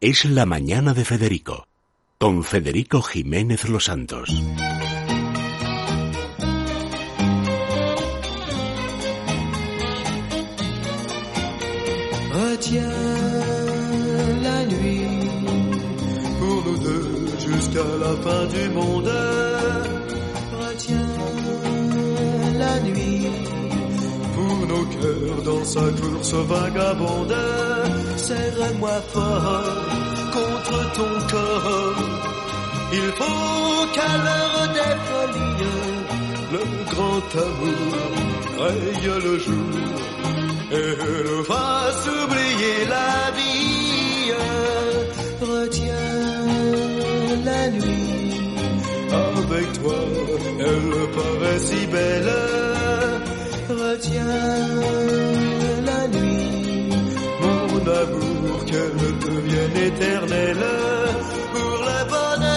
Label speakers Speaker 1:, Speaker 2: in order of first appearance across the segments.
Speaker 1: es La Mañana de Federico, con Federico Jiménez Los Santos.
Speaker 2: Retiens la nuit pour nous deux jusqu'à la fin du monde. Retiens la nuit pour nos cœurs dans sa course vagabonde. Serre-moi fort contre ton corps. Il faut qu'à l'heure des folies, le grand amour raye le jour et le fasse oublier la vie. Retiens la nuit. Avec toi, elle paraît si belle. Retiens la nuit. Mon amour, qu'elle devienne éternelle. Pour le bonheur.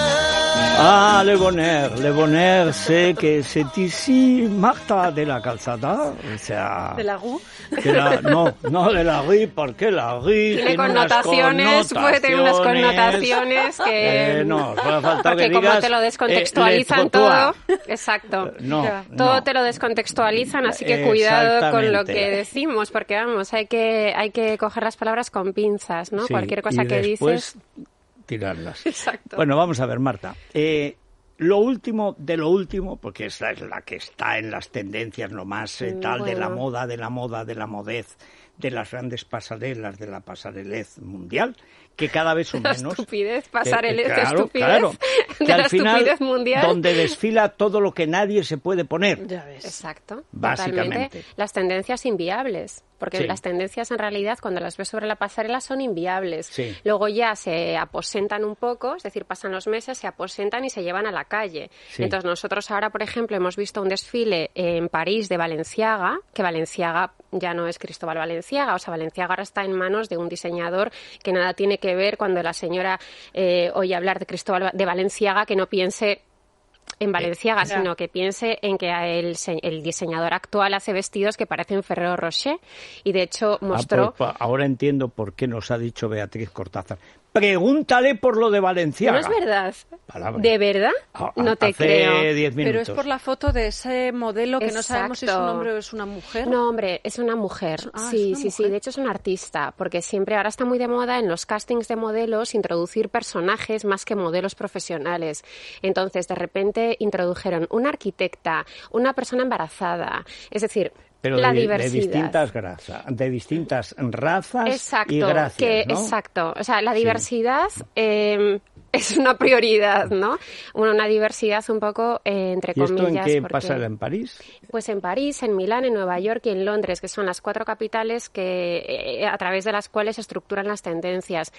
Speaker 3: Ah, le bonheur, le bonheur, c'est que c'est ici Marta de la Calzada, o sea,
Speaker 4: de la rue.
Speaker 3: que la- no, no de la RI, porque la RI
Speaker 4: Tiene connotaciones, puede tener unas connotaciones que...
Speaker 3: Eh, no, solo ha faltado
Speaker 4: porque
Speaker 3: que
Speaker 4: como
Speaker 3: digas,
Speaker 4: te lo
Speaker 3: eh,
Speaker 4: descontextualizan
Speaker 3: les
Speaker 4: todo,
Speaker 3: potua.
Speaker 4: exacto.
Speaker 3: No,
Speaker 4: todo
Speaker 3: no.
Speaker 4: te lo descontextualizan, así que cuidado con lo que
Speaker 3: Exactamente.
Speaker 4: decimos, porque vamos, hay que hay que coger las palabras con pinzas, ¿no?
Speaker 3: Sí,
Speaker 4: Cualquier cosa
Speaker 3: y
Speaker 4: que
Speaker 3: después
Speaker 4: dices.
Speaker 3: tirarlas.
Speaker 4: Exacto.
Speaker 3: Bueno, vamos a ver, Marta. Eh, lo último de lo último, porque esa es la que está en las tendencias nomás, eh,
Speaker 4: Mm,
Speaker 3: tal, de la
Speaker 4: bueno.
Speaker 3: moda, de la moda, de la modez, de las grandes pasarelas, de la pasarelez mundial, que cada vez son
Speaker 4: La
Speaker 3: menos.
Speaker 4: estupidez,
Speaker 3: Que-
Speaker 4: pasarelez,
Speaker 3: que
Speaker 4: la estupidez, de
Speaker 3: eh, que
Speaker 4: la
Speaker 3: al final,
Speaker 4: estupidez mundial.
Speaker 3: donde desfila todo lo que nadie se puede poner. Ah,
Speaker 5: Ya ves.
Speaker 4: Exacto.
Speaker 3: Básicamente.
Speaker 4: totalmente. Las tendencias inviables. Porque
Speaker 3: Sí.
Speaker 4: las tendencias en realidad cuando las ves sobre la pasarela son inviables.
Speaker 3: Sí.
Speaker 4: Luego ya se aposentan un poco, es decir, pasan los meses, se aposentan y se llevan a la calle.
Speaker 3: Sí.
Speaker 4: Entonces nosotros ahora, por ejemplo, hemos visto un desfile en París de Valenciaga, que Valenciaga ya no es Cristóbal Valenciaga, o sea, Valenciaga ahora está en manos de un diseñador que nada tiene que ver cuando la señora eh, oye hablar de Cristóbal Va- de Valenciaga que no piense en Valenciaga,
Speaker 5: Eh, Ya.
Speaker 4: sino que piense en que a el, se- el diseñador actual hace vestidos que parecen Ferrero Rocher y de hecho
Speaker 3: Ah,
Speaker 4: mostró...
Speaker 3: pues, pa- ahora entiendo por qué nos ha dicho Beatriz Cortázar. Pregúntale por lo de pues, Valenciaga.
Speaker 4: no es verdad.
Speaker 3: Palabra.
Speaker 4: ¿De verdad?
Speaker 3: A- a-
Speaker 4: no te
Speaker 3: hace
Speaker 4: creo.
Speaker 3: 10 minutos.
Speaker 5: Pero es por la foto de ese modelo que no sabemos si es un
Speaker 4: Exacto.
Speaker 5: hombre o es una mujer.
Speaker 4: No, hombre, es una mujer.
Speaker 5: Ah, es
Speaker 4: sí,
Speaker 5: una
Speaker 4: sí, sí.
Speaker 5: mujer.
Speaker 4: De hecho, es una artista, porque siempre ahora está muy de moda en los castings de modelos introducir personajes más que modelos profesionales. Entonces, de repente introdujeron una arquitecta, una persona embarazada, es decir,
Speaker 3: Pero
Speaker 4: la
Speaker 3: de, de
Speaker 4: diversidad.
Speaker 3: distintas grazas, de distintas razas
Speaker 4: Exacto,
Speaker 3: y gracias,
Speaker 4: que
Speaker 3: ¿no?
Speaker 4: exacto. O sea, la diversidad eh, es una prioridad, ¿no? Una, una diversidad un poco eh, entre
Speaker 3: ¿Y esto en
Speaker 4: comillas.
Speaker 3: qué
Speaker 4: porque-
Speaker 3: pasa em- en París?
Speaker 4: Pues en París, en Milán, en Nueva York y en Londres, que son las cuatro capitales que eh, a través de las cuales se estructuran las tendencias.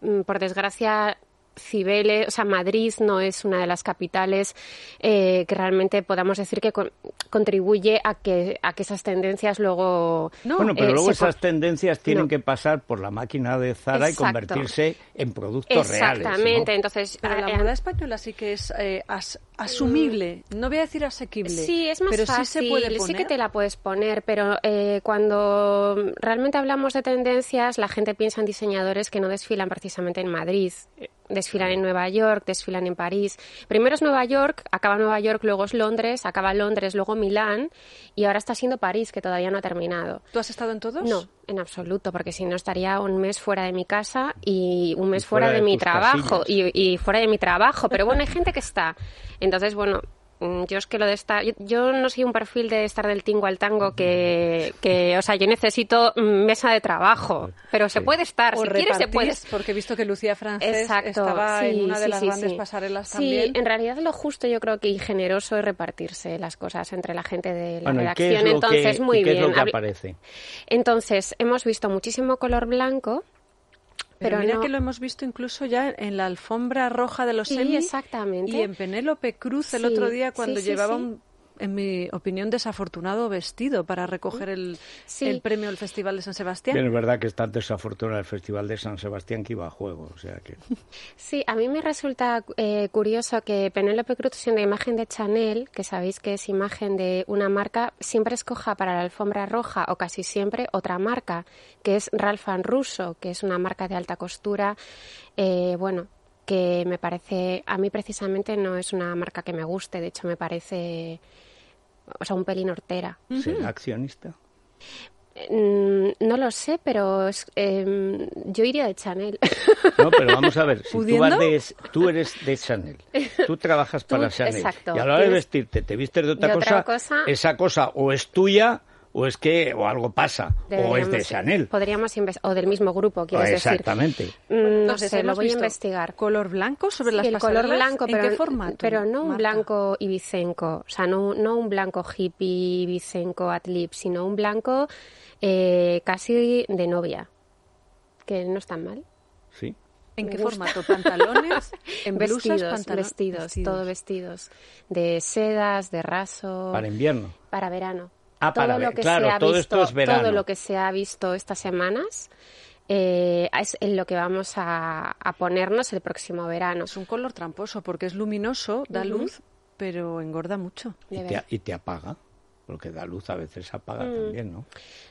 Speaker 4: Mm, Por desgracia. Cibeles, o sea, Madrid no es una de las capitales eh, que realmente podamos decir que con- contribuye a que, a que esas tendencias luego.
Speaker 5: No,
Speaker 3: bueno, pero
Speaker 4: eh,
Speaker 3: luego
Speaker 4: se co-
Speaker 3: esas tendencias tienen
Speaker 4: no.
Speaker 3: que pasar por la máquina de Zara y
Speaker 4: Exacto.
Speaker 3: convertirse en productos reales. ¿no?
Speaker 4: Exactamente, entonces.
Speaker 5: Pero la
Speaker 4: eh,
Speaker 5: moda española sí que es eh, as- asumible. No voy a decir asequible.
Speaker 4: Sí, es más
Speaker 5: pero
Speaker 4: fácil,
Speaker 5: sí se puede poner.
Speaker 4: sí que te la puedes poner, pero eh, cuando realmente hablamos de tendencias, la gente piensa en diseñadores que no desfilan precisamente en Madrid, eh, desfilan en Nueva York, desfilan en París. Primero es Nueva York, acaba Nueva York, luego es Londres, acaba Londres, luego Milán y ahora está siendo París, que todavía no ha terminado.
Speaker 5: ¿Tú has estado en todos?
Speaker 4: No, en absoluto, porque si no estaría un mes fuera de mi casa y un mes
Speaker 3: Y fuera
Speaker 4: fuera, de,
Speaker 3: de
Speaker 4: mi
Speaker 3: tus
Speaker 4: trabajo y, y fuera de mi trabajo. Pero bueno, hay gente que está. Entonces, bueno, mm, yo es que lo de estar. Yo, yo no soy un perfil de estar del tingo al tango que. que, o sea, yo necesito mm, mesa de trabajo. Pero se puede estar,
Speaker 5: O
Speaker 4: si quieres se puede
Speaker 5: repartís, porque he visto que Lucía Francés
Speaker 4: Exacto,
Speaker 5: estaba
Speaker 4: sí,
Speaker 5: en una de
Speaker 4: sí,
Speaker 5: las
Speaker 4: sí,
Speaker 5: grandes
Speaker 4: sí.
Speaker 5: pasarelas
Speaker 4: Sí,
Speaker 5: también.
Speaker 4: en realidad lo justo yo creo que y generoso es repartirse las cosas entre la gente de la
Speaker 3: Bueno, ¿y
Speaker 4: redacción.
Speaker 3: qué es lo
Speaker 4: Entonces,
Speaker 3: que,
Speaker 4: muy
Speaker 3: y qué
Speaker 4: bien.
Speaker 3: es lo que
Speaker 4: habl-
Speaker 3: aparece?
Speaker 4: entonces, hemos visto muchísimo color blanco.
Speaker 5: Pero,
Speaker 4: Pero
Speaker 5: mira
Speaker 4: no-
Speaker 5: que lo hemos visto incluso ya en la alfombra roja de los
Speaker 4: Sí,
Speaker 5: Emmy
Speaker 4: exactamente.
Speaker 5: y en Penélope Cruz el
Speaker 4: Sí,
Speaker 5: otro día cuando
Speaker 4: sí, sí,
Speaker 5: llevaba
Speaker 4: sí.
Speaker 5: un en mi opinión, desafortunado vestido para recoger el,
Speaker 4: Sí.
Speaker 5: el premio del Festival de San Sebastián.
Speaker 3: Bien, es verdad que está desafortunada el Festival de San Sebastián que iba a juego, o sea que...
Speaker 4: Sí, a mí me resulta eh, curioso que Penélope Cruz, siendo imagen de Chanel, que sabéis que es imagen de una marca, siempre escoja para la alfombra roja o casi siempre otra marca, que es Ralph and Russo, que es una marca de alta costura, eh, bueno, que me parece, a mí precisamente no es una marca que me guste, de hecho me parece, o sea, un pelín hortera.
Speaker 3: ¿Será accionista?
Speaker 4: Mm, no lo sé, pero es- em, yo iría de Chanel.
Speaker 3: No, pero vamos a ver, si tú, vas
Speaker 5: ¿Pudiendo?
Speaker 3: de- tú eres de Chanel, tú trabajas para Chanel,
Speaker 4: exacto,
Speaker 3: y a la hora de
Speaker 4: tienes-
Speaker 3: vestirte te vistes de otra,
Speaker 4: de
Speaker 3: cosa,
Speaker 4: otra cosa.
Speaker 3: esa cosa o es tuya o es que o algo pasa, o es de
Speaker 4: Deberíamos- Pues,
Speaker 3: Chanel.
Speaker 4: Podríamos inves- o del mismo grupo, quieres decir.
Speaker 3: Exactamente.
Speaker 4: Mm, No
Speaker 5: Entonces,
Speaker 4: sé, lo
Speaker 5: hemos
Speaker 4: voy a
Speaker 5: visto
Speaker 4: investigar.
Speaker 5: ¿Color blanco sobre
Speaker 4: Sí,
Speaker 5: las
Speaker 4: el
Speaker 5: pasarelas?
Speaker 4: color blanco,
Speaker 5: ¿En
Speaker 4: pero,
Speaker 5: qué formato?
Speaker 4: pero no un
Speaker 5: Marta?
Speaker 4: blanco ibicenco, o sea, no, no un blanco hippie, ibicenco, atlip, sino un blanco eh, casi de novia, que no es tan mal.
Speaker 3: Sí.
Speaker 5: ¿En qué
Speaker 4: Me gusta.
Speaker 5: formato? ¿Pantalones? ¿En blusas?
Speaker 4: vestidos,
Speaker 5: pantalones?
Speaker 4: vestidos, todo vestidos, de sedas, de raso,
Speaker 3: Para invierno.
Speaker 4: para verano.
Speaker 3: Ah, para ver- claro,
Speaker 4: se ha
Speaker 3: todo
Speaker 4: visto,
Speaker 3: esto es verano.
Speaker 4: todo lo que se ha visto estas semanas eh, es en lo que vamos a, a ponernos el próximo verano.
Speaker 5: Es un color tramposo porque es luminoso, da luz, pero engorda mucho.
Speaker 4: De Mm.
Speaker 3: Y te,
Speaker 4: verdad.
Speaker 3: y te apaga, porque da luz a veces apaga también, ¿no?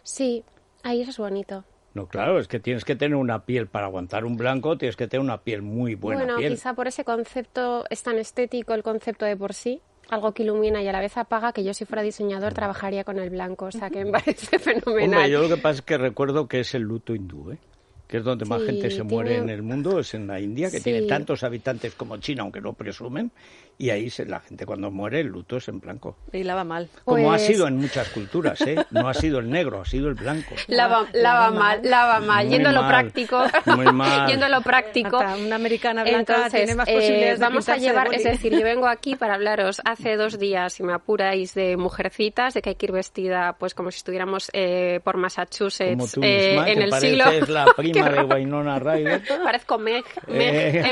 Speaker 4: Sí, ahí eso es bonito.
Speaker 3: No, claro, es que tienes que tener una piel para aguantar un blanco, tienes que tener una piel muy buena
Speaker 4: bueno,
Speaker 3: piel.
Speaker 4: quizá por ese concepto es tan estético el concepto de por sí, algo que ilumina y a la vez apaga, que yo si fuera diseñador trabajaría con el blanco, o sea que me parece fenomenal.
Speaker 3: Mm. Hombre, yo lo que pasa es que recuerdo que es el luto hindú, ¿eh? que es donde más
Speaker 4: Sí,
Speaker 3: gente se
Speaker 4: tiene-
Speaker 3: muere en el mundo, es en la India, que
Speaker 4: Sí.
Speaker 3: tiene tantos habitantes como China, aunque no presumen, y ahí se- la gente cuando muere el luto es en blanco.
Speaker 5: Y lava mal.
Speaker 3: Como
Speaker 4: Pues-
Speaker 3: ha sido en muchas culturas, ¿eh? No ha sido el negro, ha sido el blanco.
Speaker 4: Lava, lava mal, lava mal,
Speaker 3: Muy
Speaker 4: yendo a lo
Speaker 3: mal,
Speaker 4: práctico,
Speaker 3: muy mal.
Speaker 4: yendo a lo práctico.
Speaker 5: Hasta una americana blanca tiene más
Speaker 4: eh,
Speaker 5: posibilidades de
Speaker 4: vamos a
Speaker 5: pintarse de
Speaker 4: llevar,
Speaker 5: boli.
Speaker 4: es decir, yo vengo aquí para hablaros hace dos días, si me apuráis, de mujercitas, de que hay que ir vestida, pues como si estuviéramos eh, por
Speaker 3: Como
Speaker 4: Massachusetts
Speaker 3: tú
Speaker 4: eh,
Speaker 3: misma,
Speaker 4: en
Speaker 3: que
Speaker 4: el
Speaker 3: pareces
Speaker 4: siglo.
Speaker 3: la
Speaker 4: Qué
Speaker 3: prima de
Speaker 4: horror.
Speaker 3: Winona Ryder.
Speaker 4: Parezco Meg, Meg,
Speaker 3: Eh.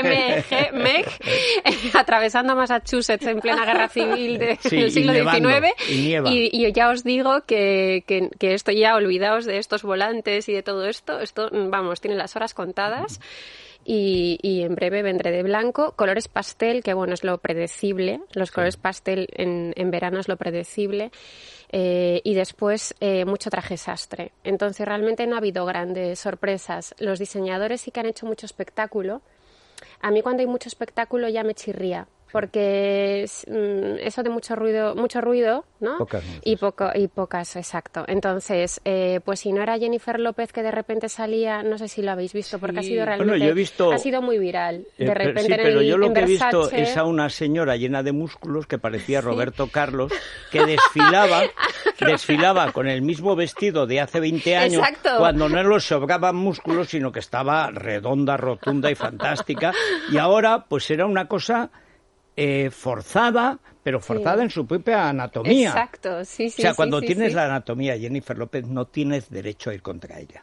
Speaker 4: MG, Meg, atravesando Massachusetts en plena guerra civil de-
Speaker 3: Sí,
Speaker 4: del siglo
Speaker 3: y nevando,
Speaker 4: XIX.
Speaker 3: y nieva.
Speaker 4: y ya os digo que, que, que esto ya olvidaos de estos volantes y de todo esto. Esto, mm, vamos, tiene las horas contadas. Y, y en breve vendré de blanco. Colores pastel, que bueno, es lo predecible. Los colores pastel en, en verano es lo predecible. Eh, y después eh, mucho traje sastre. Entonces realmente no ha habido grandes sorpresas. Los diseñadores sí que han hecho mucho espectáculo. A mí cuando hay mucho espectáculo ya me chirría. Porque es, mm, eso de mucho ruido, mucho ruido, ¿no?
Speaker 3: Pocas nueces.
Speaker 4: y poco y pocas, exacto. Entonces, eh, pues si no era Jennifer López que de repente salía, no sé si lo habéis visto, porque ha
Speaker 5: Sí.
Speaker 4: sido
Speaker 5: Bueno,
Speaker 4: realmente,
Speaker 3: yo he visto-
Speaker 4: ha sido muy viral.
Speaker 3: Eh,
Speaker 4: De
Speaker 3: pero-
Speaker 4: repente
Speaker 3: sí,
Speaker 4: en
Speaker 3: pero
Speaker 4: el-
Speaker 3: yo lo
Speaker 4: en
Speaker 3: que he visto
Speaker 4: Versace-
Speaker 3: es a una señora llena de músculos que parecía Roberto Carlos, que desfilaba, desfilaba con el mismo vestido de hace 20 años,
Speaker 4: Exacto.
Speaker 3: cuando no le sobraban músculos, sino que estaba redonda, rotunda y fantástica. Y ahora, pues era una cosa eh, forzada, pero forzada en su propia anatomía.
Speaker 4: Exacto, sí,
Speaker 3: o
Speaker 4: sí.
Speaker 3: sea,
Speaker 4: sí,
Speaker 3: cuando
Speaker 4: sí,
Speaker 3: tienes
Speaker 4: sí.
Speaker 3: la anatomía de Jennifer López, no tienes derecho a ir contra ella.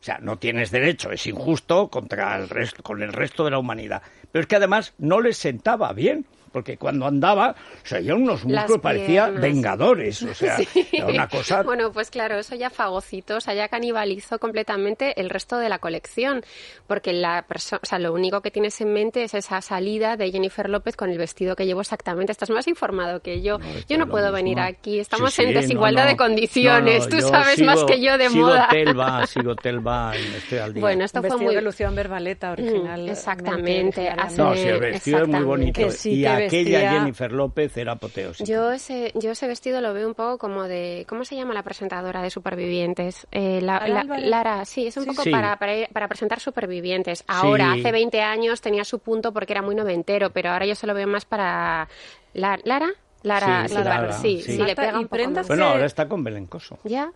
Speaker 3: O sea, no tienes derecho, es injusto contra el resto, con el resto de la humanidad. Pero es que además no les sentaba bien, porque cuando andaba, se oían unos
Speaker 4: Las
Speaker 3: músculos, parecía
Speaker 4: piernas.
Speaker 3: vengadores. O sea,
Speaker 4: Sí.
Speaker 3: era una cosa.
Speaker 4: Bueno, pues claro, eso ya fagocitó, o sea, ya canibalizó completamente el resto de la colección, porque la persona, o sea, lo único que tienes en mente es esa salida de Jennifer López con el vestido que llevo exactamente. Estás más informado que yo. yo no
Speaker 3: lo
Speaker 4: puedo
Speaker 3: mismo.
Speaker 4: venir aquí.
Speaker 3: Sí,
Speaker 4: Estamos
Speaker 3: sí,
Speaker 4: en
Speaker 3: no,
Speaker 4: desigualdad
Speaker 3: no.
Speaker 4: de condiciones.
Speaker 3: No, no,
Speaker 4: Tú
Speaker 3: yo
Speaker 4: sabes más
Speaker 3: sigo-
Speaker 4: que yo de
Speaker 3: sigo
Speaker 4: moda.
Speaker 3: Telva, sigo Telva, y estoy al día.
Speaker 4: Bueno,
Speaker 5: Esto
Speaker 4: esto
Speaker 5: fue
Speaker 4: fue muy Mm,
Speaker 5: de Lución Verbaleta original.
Speaker 4: Exactamente,
Speaker 5: original,
Speaker 4: hace-
Speaker 3: no, sí, el vestido es muy
Speaker 4: exactamente.
Speaker 3: bonito.
Speaker 5: Que sí,
Speaker 3: y
Speaker 5: que
Speaker 3: aquella
Speaker 5: vestía-
Speaker 3: Jennifer López era apoteósica.
Speaker 4: Yo ese, yo ese vestido lo veo un poco como de. ¿Cómo se llama la presentadora de Supervivientes? Eh, la-
Speaker 5: Lara
Speaker 4: la-
Speaker 5: Álvarez.
Speaker 4: Lara, sí, es un
Speaker 5: Sí,
Speaker 4: poco
Speaker 3: sí.
Speaker 4: Para, para, para presentar Supervivientes. Ahora,
Speaker 3: Sí.
Speaker 4: hace 20 años tenía su punto porque era muy noventero, pero ahora yo se lo veo más para. La- ¿Lara? Lara,
Speaker 3: Sí,
Speaker 4: sí,
Speaker 3: Lara,
Speaker 4: sí,
Speaker 3: sí.
Speaker 4: sí, le
Speaker 5: Marta,
Speaker 4: pega
Speaker 5: ¿y
Speaker 4: un poco
Speaker 5: prendas?
Speaker 4: más.
Speaker 3: Bueno,
Speaker 5: que-
Speaker 3: ahora está con Belencoso.
Speaker 4: ¿Ya?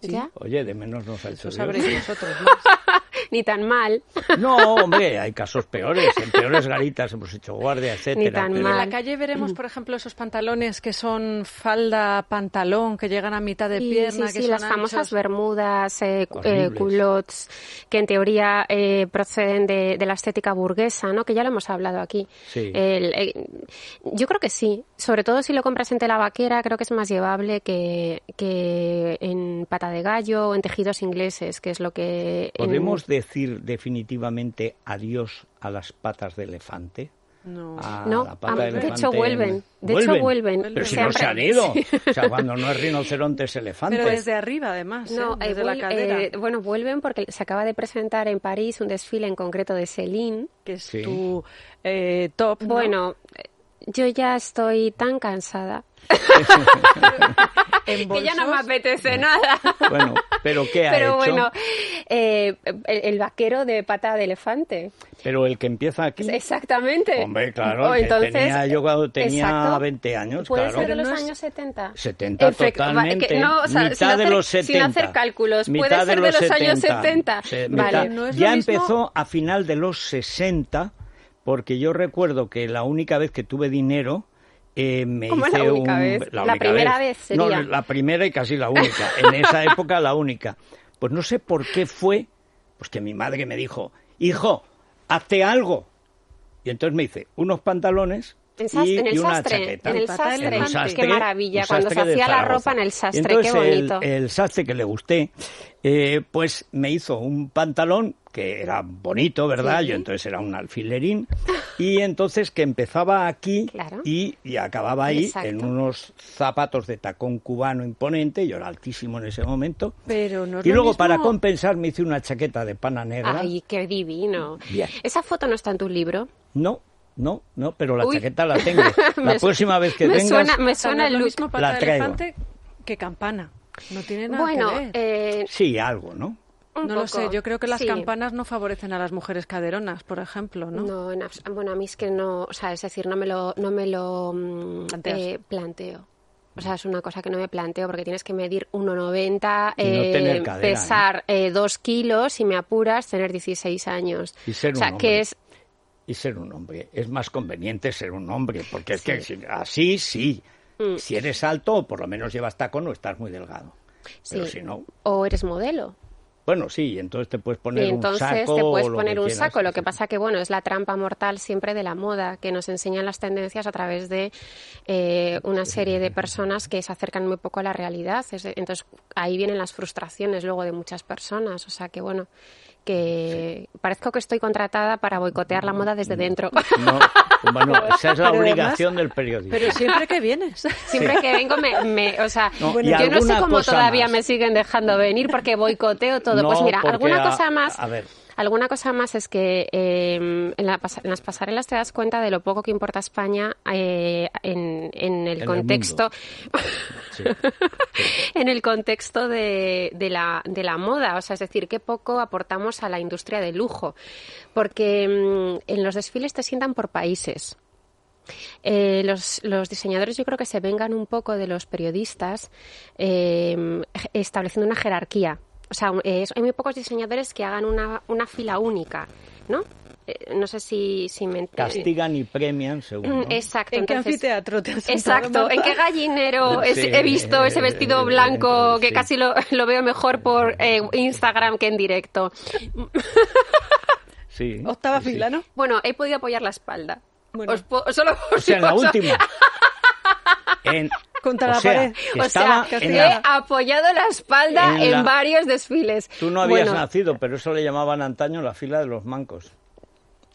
Speaker 5: Sí.
Speaker 4: ¿Ya?
Speaker 3: Oye, de menos nos ha hecho
Speaker 5: Eso
Speaker 3: Dios.
Speaker 5: sabréis vosotros más.
Speaker 4: ni tan mal.
Speaker 3: No, hombre, hay casos peores. En peores garitas hemos hecho guardia, etcétera.
Speaker 4: tan
Speaker 3: pero-
Speaker 5: En la
Speaker 4: mal. Mm.
Speaker 5: calle veremos, por ejemplo, esos pantalones que son falda, pantalón, que llegan a mitad de
Speaker 4: Y
Speaker 5: pierna,
Speaker 4: sí, sí,
Speaker 5: que son
Speaker 4: las famosas
Speaker 5: anchos.
Speaker 4: bermudas, eh, cu- eh,
Speaker 3: Horribles.
Speaker 4: culottes, que en teoría eh, proceden de, de la estética burguesa, ¿no? Que ya lo hemos hablado aquí.
Speaker 3: Sí.
Speaker 4: El, eh, yo creo que sí. Sobre todo si lo compras en tela vaquera, creo que es más llevable que, que en pata de gallo o en tejidos ingleses, que es lo que... en-
Speaker 3: ¿Podemos decir definitivamente adiós a las patas de elefante?
Speaker 5: No.
Speaker 3: A
Speaker 4: No,
Speaker 3: la
Speaker 4: am-
Speaker 3: pata de
Speaker 4: de
Speaker 3: elefante.
Speaker 4: hecho vuelven, de hecho vuelven.
Speaker 3: Pero si
Speaker 4: Se
Speaker 3: no
Speaker 4: han
Speaker 3: se han
Speaker 4: pre-
Speaker 3: ido. O sea, cuando no es rinoceronte es elefante.
Speaker 5: Pero desde arriba, además,
Speaker 4: No,
Speaker 5: ¿eh?
Speaker 4: eh,
Speaker 5: desde la
Speaker 4: vuel-
Speaker 5: cadera.
Speaker 4: eh, bueno, vuelven porque se acaba de presentar en París un desfile en concreto de Celine.
Speaker 5: que es
Speaker 3: Sí.
Speaker 5: tu eh, top. ¿no?
Speaker 4: Bueno, eh, yo ya estoy tan cansada
Speaker 5: En
Speaker 4: que ya no me
Speaker 5: bolsos.
Speaker 4: apetece nada.
Speaker 3: Bueno, pero ¿qué ha
Speaker 4: Pero
Speaker 3: hecho?
Speaker 4: bueno, eh, el, el vaquero de pata de elefante.
Speaker 3: Pero el que empieza aquí...
Speaker 4: Exactamente.
Speaker 3: Hombre, claro,
Speaker 4: O
Speaker 3: que tenía yo cuando tenía
Speaker 4: exacto.
Speaker 3: 20 años,
Speaker 4: Puede
Speaker 3: claro.
Speaker 4: ser de
Speaker 3: Pero
Speaker 4: los
Speaker 5: no es-
Speaker 4: años 70.
Speaker 3: 70
Speaker 4: Efect- va-
Speaker 3: totalmente.
Speaker 4: que no, o sea,
Speaker 3: mitad
Speaker 4: sin
Speaker 3: de
Speaker 4: hacer-
Speaker 3: los
Speaker 4: sin
Speaker 3: 70.
Speaker 4: hacer cálculos, puede
Speaker 3: Mitad
Speaker 4: ser de los años 70.
Speaker 3: Sí,
Speaker 4: Vale.
Speaker 3: mitad.
Speaker 5: No es lo
Speaker 3: ya
Speaker 5: mismo-
Speaker 3: empezó a final de los 60, porque yo recuerdo que la única vez que tuve dinero. eh, me
Speaker 4: ¿Cómo
Speaker 3: hice
Speaker 4: la única
Speaker 3: un-
Speaker 4: vez? La primera vez
Speaker 3: No,
Speaker 4: sería.
Speaker 3: la primera y casi la única. En esa época la única. Pues no sé por qué fue, pues que mi madre me dijo, hijo, hazte algo. Y entonces me hice unos pantalones
Speaker 4: En, sas-
Speaker 3: y,
Speaker 4: en
Speaker 3: y
Speaker 4: el
Speaker 3: una
Speaker 4: sastre,
Speaker 3: chaqueta.
Speaker 4: en el
Speaker 5: Pata de
Speaker 4: sastre,
Speaker 5: elefante.
Speaker 3: Un sastre,
Speaker 4: qué maravilla,
Speaker 3: un
Speaker 4: cuando se
Speaker 3: sastre de
Speaker 4: hacía la
Speaker 3: Zaragoza.
Speaker 4: ropa en el sastre,
Speaker 3: Entonces,
Speaker 4: qué bonito.
Speaker 3: El, eh, el sastre que le gusté, eh, pues me hizo un pantalón que era bonito, ¿verdad?
Speaker 4: Sí.
Speaker 3: Yo entonces era un alfilerín y entonces que empezaba aquí
Speaker 4: Claro.
Speaker 3: y, y acababa ahí
Speaker 4: Exacto.
Speaker 3: en unos zapatos de tacón cubano imponente, yo era altísimo en ese momento.
Speaker 5: Pero no es
Speaker 3: y
Speaker 5: lo
Speaker 3: luego para
Speaker 5: mismo-
Speaker 3: compensar me hice una chaqueta de pana negra.
Speaker 4: Ay, qué divino.
Speaker 3: Bien.
Speaker 4: Esa foto no está en tu libro.
Speaker 3: No, no, no, pero la
Speaker 4: Uy.
Speaker 3: chaqueta la tengo.
Speaker 4: Me
Speaker 3: La
Speaker 4: su-
Speaker 3: próxima vez Pues que
Speaker 4: me
Speaker 3: vengas
Speaker 4: suena- me
Speaker 5: O sea,
Speaker 4: suena
Speaker 5: no es
Speaker 4: el
Speaker 5: lo
Speaker 4: look.
Speaker 5: mismo pata
Speaker 3: La
Speaker 5: de
Speaker 3: traigo.
Speaker 5: elefante que campana. No tiene nada
Speaker 4: Bueno,
Speaker 5: que ver.
Speaker 4: eh,
Speaker 3: sí algo, ¿no?
Speaker 4: un
Speaker 5: no lo sé,
Speaker 4: poco,
Speaker 5: yo creo que las
Speaker 4: sí.
Speaker 5: campanas no favorecen a las mujeres caderonas, por ejemplo, ¿no?
Speaker 4: No, en abs- bueno, a mí es que no, o sea, es decir, no me lo, no me lo mm,
Speaker 5: Planteas.
Speaker 4: eh, planteo. O sea, es una cosa que no me planteo porque tienes que medir 1,90,
Speaker 3: Y no
Speaker 4: eh,
Speaker 3: tener cadera, ¿eh?
Speaker 4: pesar 2 kilos, si me apuras, tener 16 años.
Speaker 3: Y ser
Speaker 4: o sea,
Speaker 3: un hombre.
Speaker 4: que es
Speaker 3: y ser un hombre. Es más conveniente ser un hombre, porque es que si- así sí.
Speaker 4: Mm.
Speaker 3: Si eres alto, por lo menos llevas tacón o estás muy delgado. Pero
Speaker 4: sí,
Speaker 3: si no,
Speaker 4: o eres modelo.
Speaker 3: bueno, sí, entonces te puedes poner
Speaker 4: y entonces
Speaker 3: un saco.
Speaker 4: te puedes
Speaker 3: o lo
Speaker 4: poner
Speaker 3: que
Speaker 4: un
Speaker 3: quieras,
Speaker 4: saco. Lo que
Speaker 3: sí.
Speaker 4: pasa que, bueno, es la trampa mortal siempre de la moda, que nos enseñan las tendencias a través de eh, una serie de personas que se acercan muy poco a la realidad. Es de- Entonces, ahí vienen las frustraciones luego de muchas personas. O sea que, bueno, que parezco que estoy contratada para boicotear la moda
Speaker 3: Mm.
Speaker 4: desde dentro.
Speaker 3: No, bueno, esa es la
Speaker 5: Pero
Speaker 3: obligación
Speaker 5: además-
Speaker 3: del periodismo.
Speaker 5: Pero siempre que vienes.
Speaker 4: Siempre que vengo me, me- o sea,
Speaker 3: No, y
Speaker 4: yo no sé
Speaker 3: alguna
Speaker 4: cómo
Speaker 3: cosa
Speaker 4: todavía
Speaker 3: más.
Speaker 4: me siguen dejando venir porque boicoteo todo.
Speaker 3: No,
Speaker 4: pues mira,
Speaker 3: porque
Speaker 4: alguna
Speaker 3: a-
Speaker 4: cosa más.
Speaker 3: a ver.
Speaker 4: Alguna cosa más es que eh, en, la pas- en las pasarelas te das cuenta de lo poco que importa España eh, en, en el
Speaker 3: el
Speaker 4: contexto,
Speaker 3: Sí.
Speaker 4: en el contexto de, de la, de la moda. O sea, es decir, qué poco aportamos a la industria de lujo. Porque mm, en los desfiles te sientan por países. Eh, los, los diseñadores yo creo que se vengan un poco de los periodistas eh, estableciendo una jerarquía. O sea, un- es- hay muy pocos diseñadores que hagan una, una fila única, ¿no? Eh, no sé si, si me ent-
Speaker 3: Castigan y premian según. ¿no?
Speaker 4: Exacto.
Speaker 5: ¿En qué
Speaker 4: entonces-
Speaker 5: anfiteatro te has sentado,
Speaker 4: Exacto, ¿en qué
Speaker 5: Marta?
Speaker 4: gallinero es-
Speaker 3: Sí,
Speaker 4: he visto ese
Speaker 3: eh,
Speaker 4: vestido blanco que
Speaker 3: sí.
Speaker 4: casi lo, lo veo mejor por eh, Instagram que en directo?
Speaker 3: Sí,
Speaker 5: Octava
Speaker 3: sí, sí.
Speaker 5: fila, ¿no?
Speaker 4: Bueno, he podido apoyar la espalda.
Speaker 5: Bueno.
Speaker 4: Os po- solo
Speaker 3: O sea, en la
Speaker 4: os-
Speaker 3: última. En-
Speaker 5: Contra
Speaker 3: o
Speaker 5: la
Speaker 3: sea,
Speaker 5: pared.
Speaker 3: que
Speaker 4: O
Speaker 3: estaba
Speaker 4: sea,
Speaker 3: en
Speaker 4: he
Speaker 3: la-
Speaker 4: apoyado la espalda
Speaker 3: en
Speaker 4: en,
Speaker 3: la-
Speaker 4: varios desfiles.
Speaker 3: Tú no habías
Speaker 4: Bueno,
Speaker 3: nacido, pero eso le llamaban antaño la fila de los mancos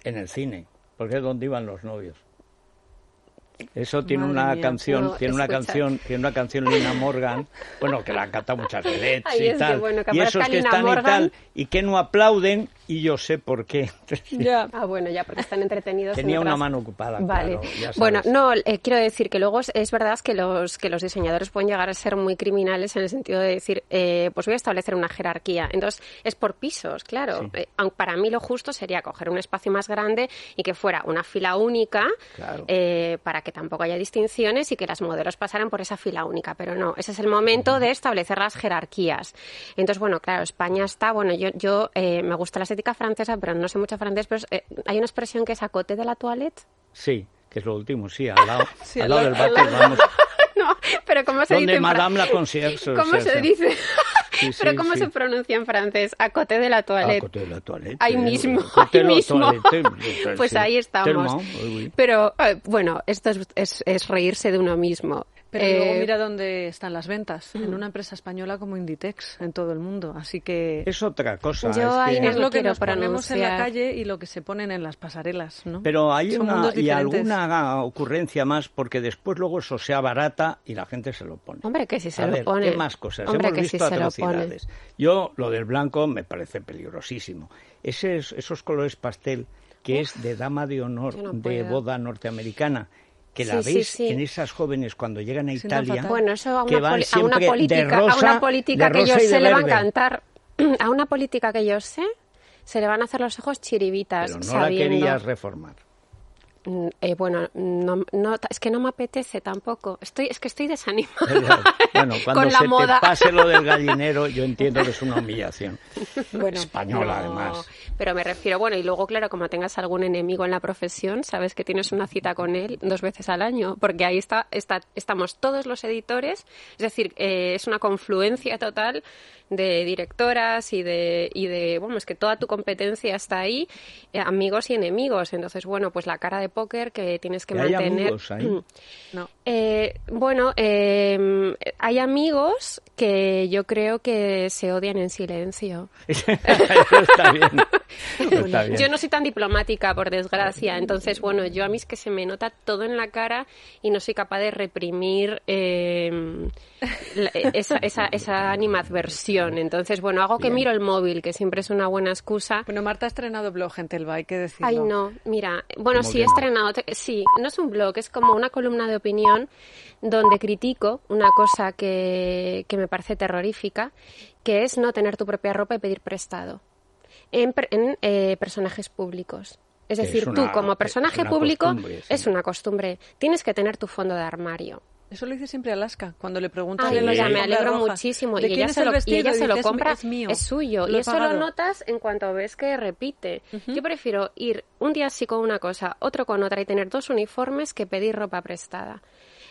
Speaker 3: en el cine, porque es donde iban los novios. Eso tiene
Speaker 5: Madre
Speaker 3: una
Speaker 5: mía.
Speaker 3: canción,
Speaker 4: No,
Speaker 3: tiene una
Speaker 4: escucha.
Speaker 3: canción, tiene una canción Lina Morgan, bueno que la han cantado muchas veces
Speaker 4: Ay,
Speaker 3: y
Speaker 4: es que
Speaker 3: tal.
Speaker 4: bueno, que
Speaker 3: y
Speaker 4: aparezca
Speaker 3: esos que
Speaker 4: Lina
Speaker 3: están y
Speaker 4: Morgan.
Speaker 3: tal y que no aplauden y yo sé por qué.
Speaker 5: Ya.
Speaker 4: Ah, bueno, ya, porque están entretenidos. en
Speaker 3: Tenía una
Speaker 4: otras-
Speaker 3: mano ocupada.
Speaker 4: Vale.
Speaker 3: claro, ya sabes.
Speaker 4: bueno, no, eh, quiero decir que luego es, es verdad que los, que los diseñadores pueden llegar a ser muy criminales en el sentido de decir, eh, pues voy a establecer una jerarquía. Entonces, es por pisos, claro. Eh, aun- para mí lo justo sería coger un espacio más grande y que fuera una fila única
Speaker 3: Claro.
Speaker 4: eh, para que tampoco haya distinciones y que las modelos pasaran por esa fila única. Pero no, ese es el momento de establecer las jerarquías. Entonces, bueno, claro, España está, bueno, yo, yo eh, me gusta las estética francesa, pero no sé mucho francés, pero es, eh, hay una expresión que es acote de la toilette.
Speaker 3: Sí, que es lo último, sí, al lado,
Speaker 5: Sí,
Speaker 3: al lado
Speaker 5: al
Speaker 3: del
Speaker 5: lado-
Speaker 3: váter, vamos.
Speaker 4: no, pero ¿cómo se
Speaker 3: Donde
Speaker 4: dice? en fran-
Speaker 3: Madame la concierge, o
Speaker 4: ¿Cómo
Speaker 3: sea,
Speaker 4: se
Speaker 3: sí.
Speaker 4: dice?
Speaker 3: Sí, sí,
Speaker 4: pero ¿cómo
Speaker 3: sí.
Speaker 4: se pronuncia en francés? Acote de la
Speaker 3: Ah,
Speaker 4: toilette.
Speaker 3: côté de la toilette,
Speaker 4: Ahí
Speaker 3: eh,
Speaker 4: mismo,
Speaker 3: côté
Speaker 4: ahí
Speaker 3: de la
Speaker 4: mismo.
Speaker 3: toilette, eh,
Speaker 4: Pues
Speaker 3: sí.
Speaker 4: ahí
Speaker 3: Tellement,
Speaker 4: estamos.
Speaker 3: oui, oui.
Speaker 4: Pero eh, bueno, esto es, es- es reírse de uno mismo.
Speaker 5: Pero
Speaker 4: Eh, mm.
Speaker 5: luego mira dónde están las ventas, en una empresa española como Inditex, en todo el mundo. Así que
Speaker 3: Es otra cosa.
Speaker 4: Yo
Speaker 3: es
Speaker 4: ahí
Speaker 3: que-
Speaker 4: no
Speaker 5: es lo que
Speaker 4: quiero
Speaker 5: nos ponemos en la
Speaker 4: pronunciar.
Speaker 5: calle y lo que se ponen en las pasarelas, ¿no?
Speaker 3: Pero hay
Speaker 5: Son
Speaker 3: una
Speaker 5: mundos
Speaker 3: y
Speaker 5: diferentes.
Speaker 3: alguna ocurrencia más porque después luego eso sea barata y la gente se lo pone.
Speaker 4: Hombre, que si se
Speaker 3: A
Speaker 4: lo
Speaker 3: ver,
Speaker 4: pone.
Speaker 3: ¿qué más cosas?
Speaker 4: Hombre,
Speaker 3: Hemos
Speaker 4: que
Speaker 3: visto
Speaker 4: si se lo
Speaker 3: atrocidades.
Speaker 4: pone.
Speaker 3: Yo lo del blanco me parece peligrosísimo. Ese es- esos colores pastel que es de dama de honor
Speaker 4: yo no
Speaker 3: de
Speaker 4: puedo.
Speaker 3: boda norteamericana que la
Speaker 4: Sí, sí,
Speaker 3: veis
Speaker 4: sí.
Speaker 3: en esas jóvenes cuando llegan a
Speaker 5: Sí, no,
Speaker 3: Italia
Speaker 5: fatal.
Speaker 4: Bueno, eso a
Speaker 3: que
Speaker 4: una,
Speaker 3: van
Speaker 4: poli- a una
Speaker 3: siempre
Speaker 4: política,
Speaker 3: de rosa,
Speaker 4: a una política
Speaker 3: de
Speaker 4: que yo
Speaker 3: rosa y
Speaker 4: sé
Speaker 3: de
Speaker 4: le va a
Speaker 3: verde.
Speaker 4: encantar. A una política que yo sé se le van a hacer los ojos chiribitas
Speaker 3: pero no la
Speaker 4: sabiendo.
Speaker 3: querías reformar
Speaker 4: Mm, eh, bueno, no, no, es que no me apetece tampoco. Estoy, es que estoy desanimada
Speaker 3: bueno cuando
Speaker 4: con la
Speaker 3: se
Speaker 4: moda.
Speaker 3: te pase lo del gallinero yo entiendo que es una humillación
Speaker 5: Bueno,
Speaker 3: española
Speaker 4: No,
Speaker 3: además
Speaker 4: Pero me refiero, bueno, y luego, claro, como tengas algún enemigo en la profesión, sabes que tienes una cita con él dos veces al año, porque ahí está, está estamos todos los editores, es decir, eh, es una confluencia total de directoras y de, y de, bueno, es que toda tu competencia está ahí, eh, amigos y enemigos. Entonces, bueno, pues la cara de póker que tienes que
Speaker 3: Que hay
Speaker 4: mantener.
Speaker 3: amigos ahí.
Speaker 5: no.
Speaker 4: Eh, bueno, eh, hay amigos que yo creo que se odian en silencio.
Speaker 3: está bien está bien
Speaker 4: Yo no soy tan diplomática, por desgracia. Entonces, bueno, yo a mí es que se me nota todo en la cara y no soy capaz de reprimir eh, la- esa, esa, esa animadversión. Entonces, bueno, hago que miro el móvil, que siempre es una buena excusa.
Speaker 5: Bueno, Marta ha estrenado blog Gentelba, hay que decirlo.
Speaker 4: Ay, no, mira, bueno,
Speaker 3: ¿Cómo
Speaker 4: sí,
Speaker 3: que
Speaker 4: he
Speaker 3: no?
Speaker 4: estrenado, te- sí, no es un blog, es como una columna de opinión donde critico una cosa que, que me parece terrorífica, que es no tener tu propia ropa y pedir prestado en, per- en, eh, personajes públicos. Es
Speaker 3: Que es
Speaker 4: decir,
Speaker 3: una-
Speaker 4: tú como
Speaker 3: es
Speaker 4: personaje
Speaker 3: una
Speaker 4: público
Speaker 3: costumbre, sí.
Speaker 4: es una costumbre, tienes que tener tu fondo de armario.
Speaker 5: Eso lo dice siempre Alaska, cuando le preguntan
Speaker 4: Ay,
Speaker 5: en la
Speaker 4: mira, Ah, me
Speaker 5: alfombra
Speaker 4: alegro
Speaker 5: roja,
Speaker 4: muchísimo. Y
Speaker 5: ¿de quién
Speaker 4: ella,
Speaker 5: es
Speaker 4: se
Speaker 5: el
Speaker 4: lo, y
Speaker 5: vestido?
Speaker 4: ella se
Speaker 5: dice,
Speaker 4: lo
Speaker 5: "Es-
Speaker 4: compra,
Speaker 5: es, mío,
Speaker 4: suyo.
Speaker 5: lo
Speaker 4: y
Speaker 5: he
Speaker 4: eso
Speaker 5: pagado".
Speaker 4: lo notas en cuanto ves que repite. Yo prefiero ir un día así con una cosa, otro con otra y tener dos uniformes que pedir ropa prestada.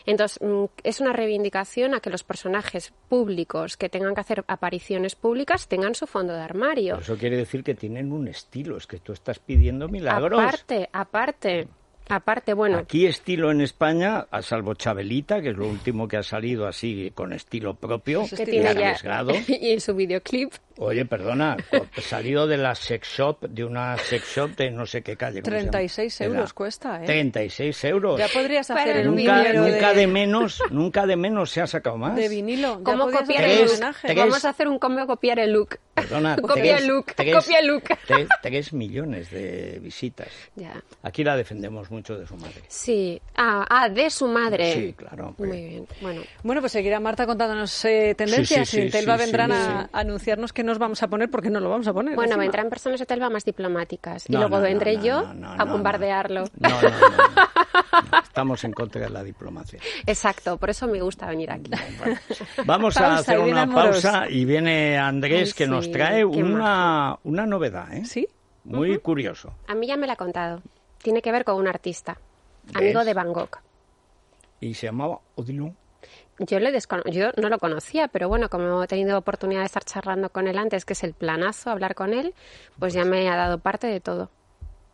Speaker 4: Entonces, mm, es una reivindicación a que los personajes públicos que tengan que hacer apariciones públicas tengan su fondo de armario.
Speaker 3: Pero eso quiere decir que tienen un estilo, es que tú estás pidiendo milagros.
Speaker 4: Aparte, aparte, aparte, bueno.
Speaker 3: Aquí estilo en España, a salvo Chabelita, que es lo último que ha salido así con estilo propio,
Speaker 5: Que
Speaker 4: que
Speaker 5: estilo
Speaker 3: y
Speaker 4: tiene ya
Speaker 3: arriesgado.
Speaker 4: y su videoclip
Speaker 3: Oye, perdona, co- salido de la sex shop, de una sex shop de no sé qué calle. ¿cómo se llama?
Speaker 5: 36
Speaker 3: De la-
Speaker 5: euros cuesta, ¿eh?
Speaker 3: 36 euros.
Speaker 5: Ya podrías
Speaker 4: Para
Speaker 5: hacer
Speaker 4: el
Speaker 5: un
Speaker 3: nunca
Speaker 5: vinilo
Speaker 3: nunca de...
Speaker 5: de,
Speaker 3: menos, nunca de menos se ha sacado más.
Speaker 5: de vinilo. Ya
Speaker 4: ¿Cómo
Speaker 5: podrías
Speaker 4: copiar el
Speaker 5: hacer un
Speaker 3: Tres,
Speaker 4: look?
Speaker 5: homenaje.
Speaker 3: tres.
Speaker 4: Vamos a hacer un cómo copiar el look.
Speaker 3: Perdona,
Speaker 4: copia el look, copia el look.
Speaker 3: tres- tres millones de visitas.
Speaker 4: Ya.
Speaker 3: Aquí la defendemos mucho de su madre.
Speaker 4: Sí. Ah, ah, de su madre.
Speaker 3: Sí, claro.
Speaker 4: Muy bien. Bueno,
Speaker 5: Bueno, pues seguirá Marta contándonos eh, tendencias.
Speaker 3: Sí, sí, sí,
Speaker 5: y en Telva
Speaker 3: sí,
Speaker 5: vendrán
Speaker 3: sí,
Speaker 5: a anunciarnos qué nos vamos a poner, porque no lo vamos a poner.
Speaker 4: bueno
Speaker 5: encima.
Speaker 4: vendrán personas de Telva más diplomáticas.
Speaker 3: No,
Speaker 4: y luego
Speaker 3: no, no,
Speaker 4: vendré
Speaker 3: no,
Speaker 4: yo
Speaker 3: no, no,
Speaker 4: a
Speaker 3: no, no.
Speaker 4: bombardearlo.
Speaker 3: No, no, no, no. No, Estamos en contra de la diplomacia.
Speaker 4: Exacto, por eso me gusta venir aquí.
Speaker 3: Bueno, vamos a
Speaker 5: Pausa,
Speaker 3: hacer
Speaker 5: y viene
Speaker 3: una
Speaker 5: Amoros.
Speaker 3: pausa y viene Andrés
Speaker 4: Ay,
Speaker 3: que nos
Speaker 4: sí,
Speaker 3: trae
Speaker 4: qué
Speaker 3: una, una novedad, ¿eh?
Speaker 5: ¿Sí?
Speaker 3: Muy curioso.
Speaker 4: A mí ya me la ha contado. Tiene que ver con un artista, amigo
Speaker 3: ¿Ves?
Speaker 4: de Van Gogh.
Speaker 3: Y se llamaba Odilon.
Speaker 4: Yo, le descono- yo no lo conocía, pero bueno, como he tenido oportunidad de estar charlando con él antes, que es el planazo, hablar con él, pues ya me ha dado parte de todo.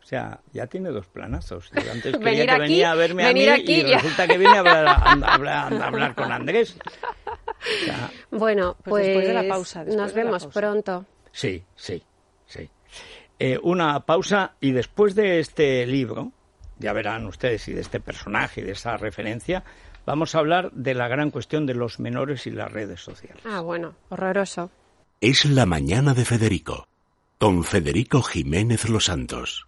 Speaker 3: O sea, ya tiene dos planazos. Yo antes creía
Speaker 4: Venir
Speaker 3: que
Speaker 4: aquí,
Speaker 3: venía a verme a mí
Speaker 4: venir aquí
Speaker 3: y
Speaker 4: ya.
Speaker 3: resulta que viene a hablar, a- a hablar- a hablar con Andrés. O sea,
Speaker 4: Bueno, pues,
Speaker 5: Pues después de la pausa, después
Speaker 4: nos
Speaker 5: de la
Speaker 4: vemos
Speaker 5: pausa.
Speaker 4: pronto.
Speaker 3: sí, sí, sí. Eh, una pausa y después de este libro, ya verán ustedes y de este personaje y de esta referencia, vamos a hablar de la gran cuestión de los menores y las redes sociales.
Speaker 4: Ah, bueno, horroroso.
Speaker 1: Es la mañana de Federico, con Federico Jiménez Los Santos.